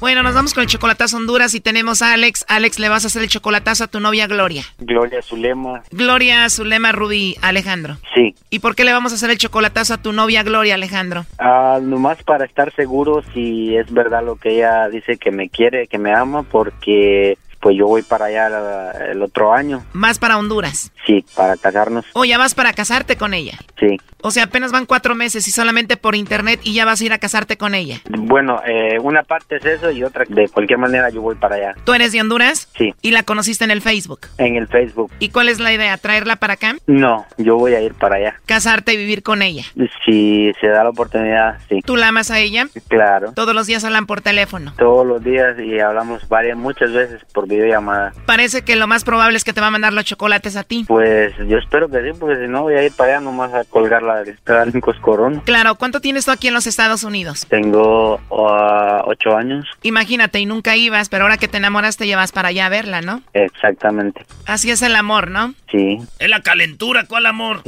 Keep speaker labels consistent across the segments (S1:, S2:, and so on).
S1: Bueno, nos vamos con el chocolatazo Honduras y tenemos a Alex. Alex, le vas a hacer el chocolatazo a tu novia Gloria.
S2: Gloria Zulema.
S1: Gloria Zulema Rubí Alejandro.
S2: Sí.
S1: ¿Y por qué le vamos a hacer el chocolatazo a tu novia Gloria Alejandro?
S2: Ah, nomás para estar seguro si es verdad lo que ella dice que me quiere, que me ama, porque pues yo voy para allá el otro año.
S1: ¿Más para Honduras?
S2: Sí, para casarnos.
S1: ¿O ya vas para casarte con ella?
S2: Sí.
S1: O sea, apenas van cuatro meses y solamente por internet y ya vas a ir a casarte con ella.
S2: Bueno, eh, una parte es eso y otra, de cualquier manera yo voy para allá.
S1: ¿Tú eres de Honduras?
S2: Sí.
S1: ¿Y la conociste en el Facebook?
S2: En el Facebook.
S1: ¿Y cuál es la idea? ¿Traerla para acá?
S2: No, yo voy a ir para allá.
S1: ¿Casarte y vivir con ella?
S2: Si se da la oportunidad, sí.
S1: ¿Tú la amas a ella?
S2: Claro.
S1: Todos los días hablan por teléfono.
S2: Todos los días y hablamos varias, muchas veces por videollamada.
S1: Parece que lo más probable es que te va a mandar los chocolates a ti.
S2: Pues yo espero que sí, porque si no voy a ir para allá nomás a colgar la del en Coscorón.
S1: Claro, ¿cuánto tienes tú aquí en los Estados Unidos?
S2: Tengo uh, ocho años.
S1: Imagínate, y nunca ibas, pero ahora que te enamoras te llevas para allá a verla, ¿no?
S2: Exactamente.
S1: Así es el amor, ¿no?
S2: Sí.
S3: Es la calentura, ¿cuál amor?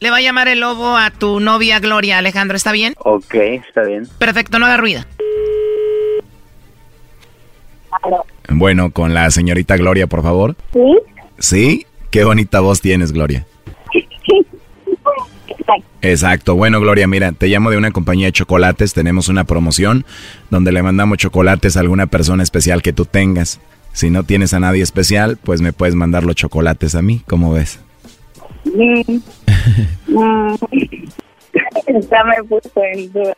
S1: Le va a llamar el lobo a tu novia Gloria, Alejandro, ¿está bien?
S2: Ok, está bien.
S1: Perfecto, no haga ruido.
S4: Bueno, con la señorita Gloria, por favor.
S5: Sí.
S4: Sí, qué bonita voz tienes, Gloria. Exacto. Bueno, Gloria, mira, te llamo de una compañía de chocolates. Tenemos una promoción donde le mandamos chocolates a alguna persona especial que tú tengas. Si no tienes a nadie especial, pues me puedes mandar los chocolates a mí. ¿Cómo ves?
S5: Mm. Mm. ya me puse en duda.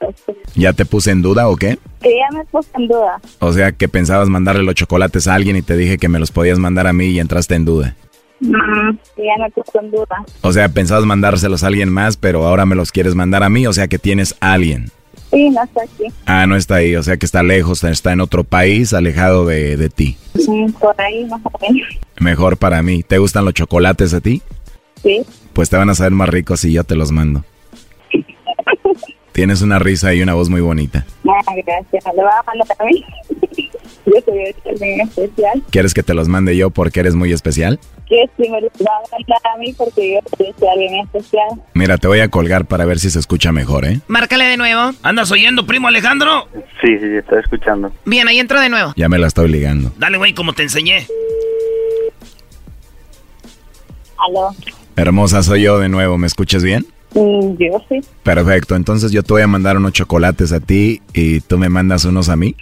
S4: ¿Ya te puse en duda o qué?
S5: Que ya me puse en duda.
S4: O sea, que pensabas mandarle los chocolates a alguien y te dije que me los podías mandar a mí y entraste en duda.
S5: Mm, que ya me puse en duda.
S4: O sea, pensabas mandárselos a alguien más, pero ahora me los quieres mandar a mí, o sea que tienes a alguien.
S5: Sí, no está aquí.
S4: Ah, no está ahí, o sea que está lejos, está en otro país, alejado de, de ti.
S5: Mm, por ahí más o menos.
S4: Mejor para mí. ¿Te gustan los chocolates a ti?
S5: Sí.
S4: Pues te van a saber más ricos si yo te los mando. Tienes una risa y una voz muy bonita.
S5: Ah, gracias. Le voy a mandar a mí. Yo soy bien especial.
S4: ¿Quieres que te los mande yo porque eres muy especial?
S5: Que sí me los va a mandar a mí porque yo soy alguien especial.
S4: Mira, te voy a colgar para ver si se escucha mejor, ¿eh?
S1: Márcale de nuevo.
S3: ¿Andas oyendo, primo Alejandro?
S2: Sí, sí, estoy escuchando.
S1: Bien, ahí entro de nuevo.
S4: Ya me la estoy ligando.
S3: Dale, güey, como te enseñé.
S5: Aló.
S4: Hermosa, soy yo de nuevo. ¿Me escuchas bien?
S5: Mm, yo sí.
S4: Perfecto, entonces yo te voy a mandar unos chocolates a ti y tú me mandas unos a mí.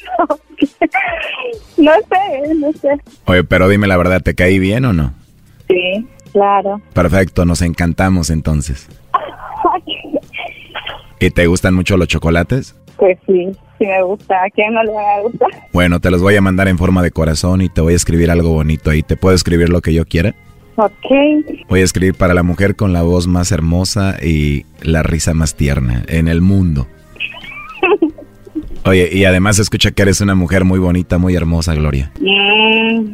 S5: No sé, no sé.
S4: Oye, pero dime la verdad, ¿te caí bien o no?
S5: Sí, claro.
S4: Perfecto, nos encantamos entonces. ¿Y te gustan mucho los chocolates?
S5: Pues sí, sí me gusta. ¿A quién no le va a gustar?
S4: Bueno, te los voy a mandar en forma de corazón y te voy a escribir algo bonito ahí. ¿Te puedo escribir lo que yo quiera?
S5: Ok.
S4: Voy a escribir para la mujer con la voz más hermosa y la risa más tierna en el mundo. Oye, y además escucha que eres una mujer muy bonita, muy hermosa, Gloria.
S5: Mm,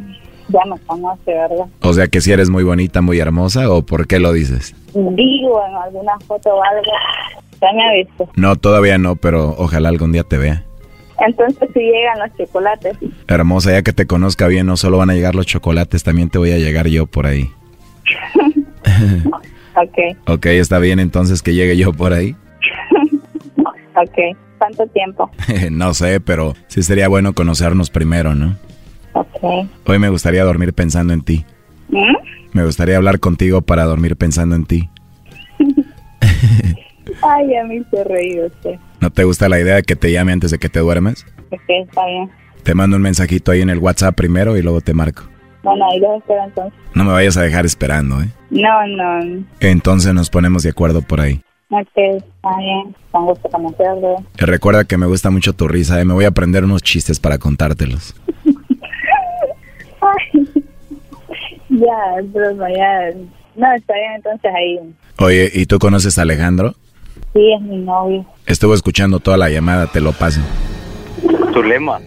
S5: ya me conoce, ¿verdad?
S4: O sea que si eres muy bonita, muy hermosa, ¿o por qué lo dices?
S5: Digo en alguna foto o algo. Ya me ha visto.
S4: No, todavía no, pero ojalá algún día te vea.
S5: Entonces si llegan los chocolates.
S4: Hermosa, ya que te conozca bien, no solo van a llegar los chocolates, también te voy a llegar yo por ahí.
S5: Ok,
S4: Ok, está bien entonces que llegue yo por ahí.
S5: ok. ¿Cuánto tiempo?
S4: no sé, pero sí sería bueno conocernos primero, ¿no?
S5: Ok.
S4: Hoy me gustaría dormir pensando en ti.
S5: ¿Mm?
S4: Me gustaría hablar contigo para dormir pensando en ti.
S5: Ay, ya me hizo reír usted.
S4: ¿No te gusta la idea de que te llame antes de que te duermas?
S5: Ok, está bien.
S4: Te mando un mensajito ahí en el WhatsApp primero y luego te marco.
S5: Bueno, ahí los espero entonces.
S4: No me vayas a dejar esperando, ¿eh?
S5: No, no.
S4: Entonces nos ponemos de acuerdo por ahí.
S5: Ok, está bien. Con gusto conocerlo.
S4: Y recuerda que me gusta mucho tu risa, ¿eh? Me voy a aprender unos chistes para contártelos.
S5: Ay, ya, es broma, ya. No, está bien, entonces ahí.
S4: Oye, ¿y tú conoces a Alejandro?
S5: Sí, es mi novio.
S4: Estuvo escuchando toda la llamada, te lo paso.
S2: tu lema.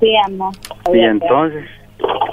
S5: Sí, amor.
S2: Y entonces,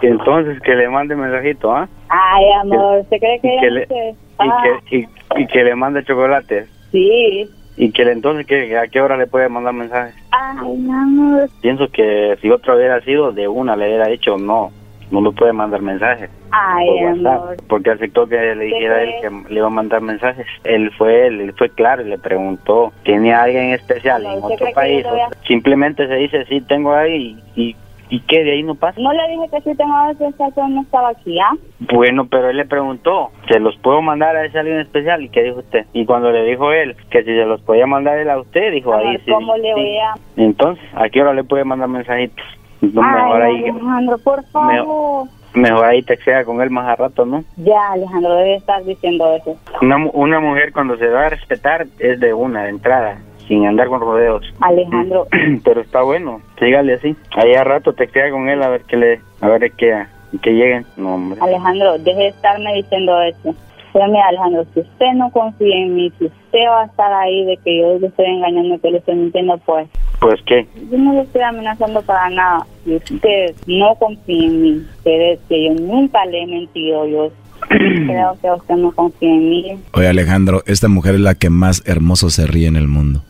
S2: y entonces que le mande mensajito, ¿ah?
S5: Ay, amor, ¿se cree que
S2: Y
S5: ella
S2: que
S5: no
S2: le,
S5: se-
S2: y
S5: Ah,
S2: que, y, y que le mande chocolates.
S5: Sí.
S2: Y que le- entonces, que ¿a qué hora le puede mandar mensajes?
S5: Ay, mi amor.
S2: Pienso que si otro hubiera sido, de una le hubiera dicho, no, no le puede mandar mensajes.
S5: Ay,
S2: por WhatsApp,
S5: amor.
S2: porque aceptó que le dijera a él que le iba a mandar mensajes. Él fue, él fue claro y le preguntó, ¿tiene a alguien especial
S5: No,
S2: en
S5: ¿usted
S2: otro
S5: cree que
S2: país?
S5: yo le voy a-
S2: Simplemente se dice, sí, tengo ahí y, y, y que de ahí no pasa.
S5: No le dije que sí tengo que estar pero no estaba aquí, ¿ah?
S2: Bueno, pero él le preguntó, ¿se los puedo mandar a ese alguien especial? ¿Y qué dijo usted? Y cuando le dijo él que si se los podía mandar él a usted, dijo
S5: Amor,
S2: ahí sí.
S5: ¿Cómo le
S2: sí.
S5: voy a...?
S2: Entonces, ¿a qué hora le puede mandar mensajitos? No, mejor,
S5: Ay,
S2: ahí,
S5: Alejandro, por favor.
S2: mejor ahí te queda con él más a rato, ¿no?
S5: Ya, Alejandro, debe estar diciendo eso.
S2: Una, mu- una mujer cuando se va a respetar es de una, de entrada, sin andar con rodeos.
S5: Alejandro,
S2: Pero está bueno, sígale así. Ahí a rato te queda con él a ver que le, a ver que, que lleguen. No, hombre.
S5: Alejandro, deje de estarme diciendo eso. Pero mira, Alejandro, si usted no confía en mí, si usted va a estar ahí de que yo le estoy engañando, que le estoy mintiendo, pues
S2: Pues qué,
S5: yo no le estoy amenazando para nada. Si usted no confía en mí, que es que yo nunca le he mentido, yo creo que usted no confía en mí.
S4: Oye, Alejandro, esta mujer es la que más hermoso se ríe en el mundo.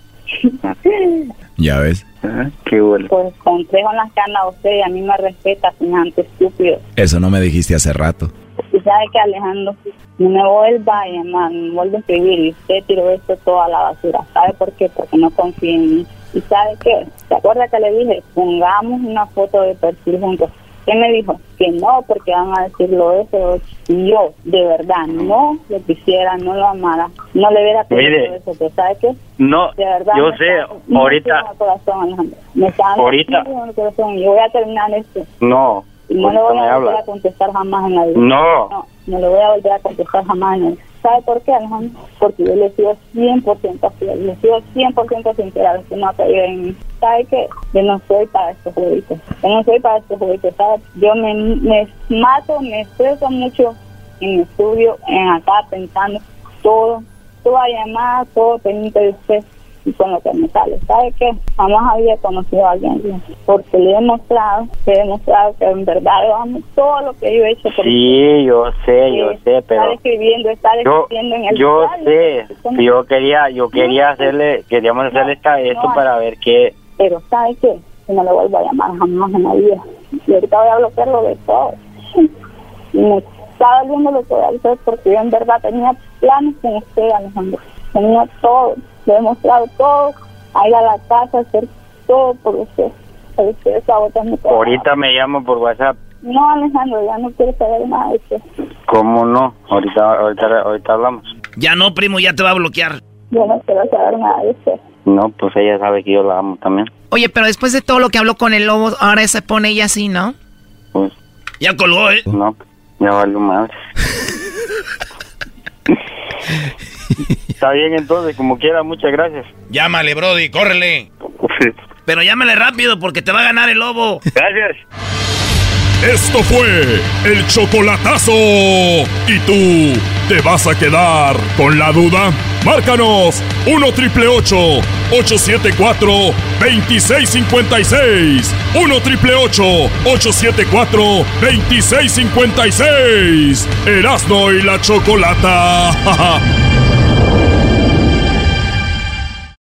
S4: ya ves,
S2: Ajá, Ah, qué bueno.
S5: Pues complejo en las canas a usted y a mí me respeta, semejante estúpido.
S4: eso no me dijiste hace rato.
S5: Y sabe que Alejandro, no me vuelva a llamar, no me vuelva a escribir. Y usted tiró esto toda la basura. ¿Sabe por qué? Porque no confía en mí. ¿Y sabe qué? ¿Se acuerda que le dije? Pongamos una foto de perfil juntos. ¿Qué me dijo? Que no, porque van a decirlo eso. Y yo, de verdad, no lo quisiera, no lo amara, no le hubiera pedido
S2: Mire.
S5: eso. Pero ¿sabe qué?
S2: No,
S5: De verdad.
S2: yo
S5: me
S2: sé,
S5: está- me
S2: ahorita,
S5: está dando corazón, Alejandro. Me está dando
S2: Ahorita.
S5: el corazón. Yo voy a terminar esto.
S2: no,
S5: Y no le
S2: ahorita
S5: voy
S2: me
S5: a volver
S2: habla.
S5: a contestar jamás en la vida.
S2: No,
S5: No, no le voy a volver a contestar jamás. no. ¿Sabe por qué, Alejandro? Porque yo le he sido 100% fiel, le he sido 100% sincera, a que no ha caído en mí. ¿Sabe qué? Yo no soy para estos jueguitos, yo no soy para estos jueguitos, ¿sabe? Yo me, me mato, me estreso mucho en mi estudio, en acá, pensando todo, toda llamada, todo pendiente de usted y con lo que me sale. ¿Sabe qué? Jamás había conocido a alguien así, porque le he demostrado, le he demostrado que en verdad yo amo todo lo que yo he hecho por usted
S2: sí, yo sé, yo sé,
S5: estar
S2: pero
S5: escribiendo, estar
S2: yo,
S5: escribiendo en el
S2: yo
S5: diario,
S2: sé,
S5: escribiendo-
S2: yo quería, yo quería hacerle, queríamos hacerle esta, esto
S5: no,
S2: para ver qué,
S5: Pero ¿sabe qué? Que no le vuelvo a llamar jamás en la vida. Y ahorita voy a bloquearlo de todo. Y me está doliendo lo que voy a hacer porque yo en verdad tenía planes con usted, Alejandro. Tenía todo, le he mostrado todo, a ir a la casa, hacer todo por usted. Pero usted está botando todo.
S2: ahorita me llamo por WhatsApp.
S5: No, Alejandro, ya no quiero saber nada de usted.
S2: ¿Cómo no? Ahorita, ahorita, ahorita hablamos.
S3: Ya no, primo, ya te va a bloquear.
S5: Yo no quiero saber nada de usted.
S2: No, pues ella sabe que yo la amo también.
S1: Oye, pero después de todo lo que habló con el lobo, ahora se pone ella así, ¿no?
S2: Pues
S3: Ya colgó, ¿eh?
S2: no, ya vale madre. Está bien entonces, como quiera, muchas gracias.
S3: Llámale, Brody, córrele. Pero llámale rápido porque te va a ganar el lobo.
S2: Gracias.
S6: Esto fue el chocolatazo. ¿Y tú te vas a quedar con la duda? Márcanos 1 triple 874 2656. 1 triple 874 2656. Erasno y la chocolata.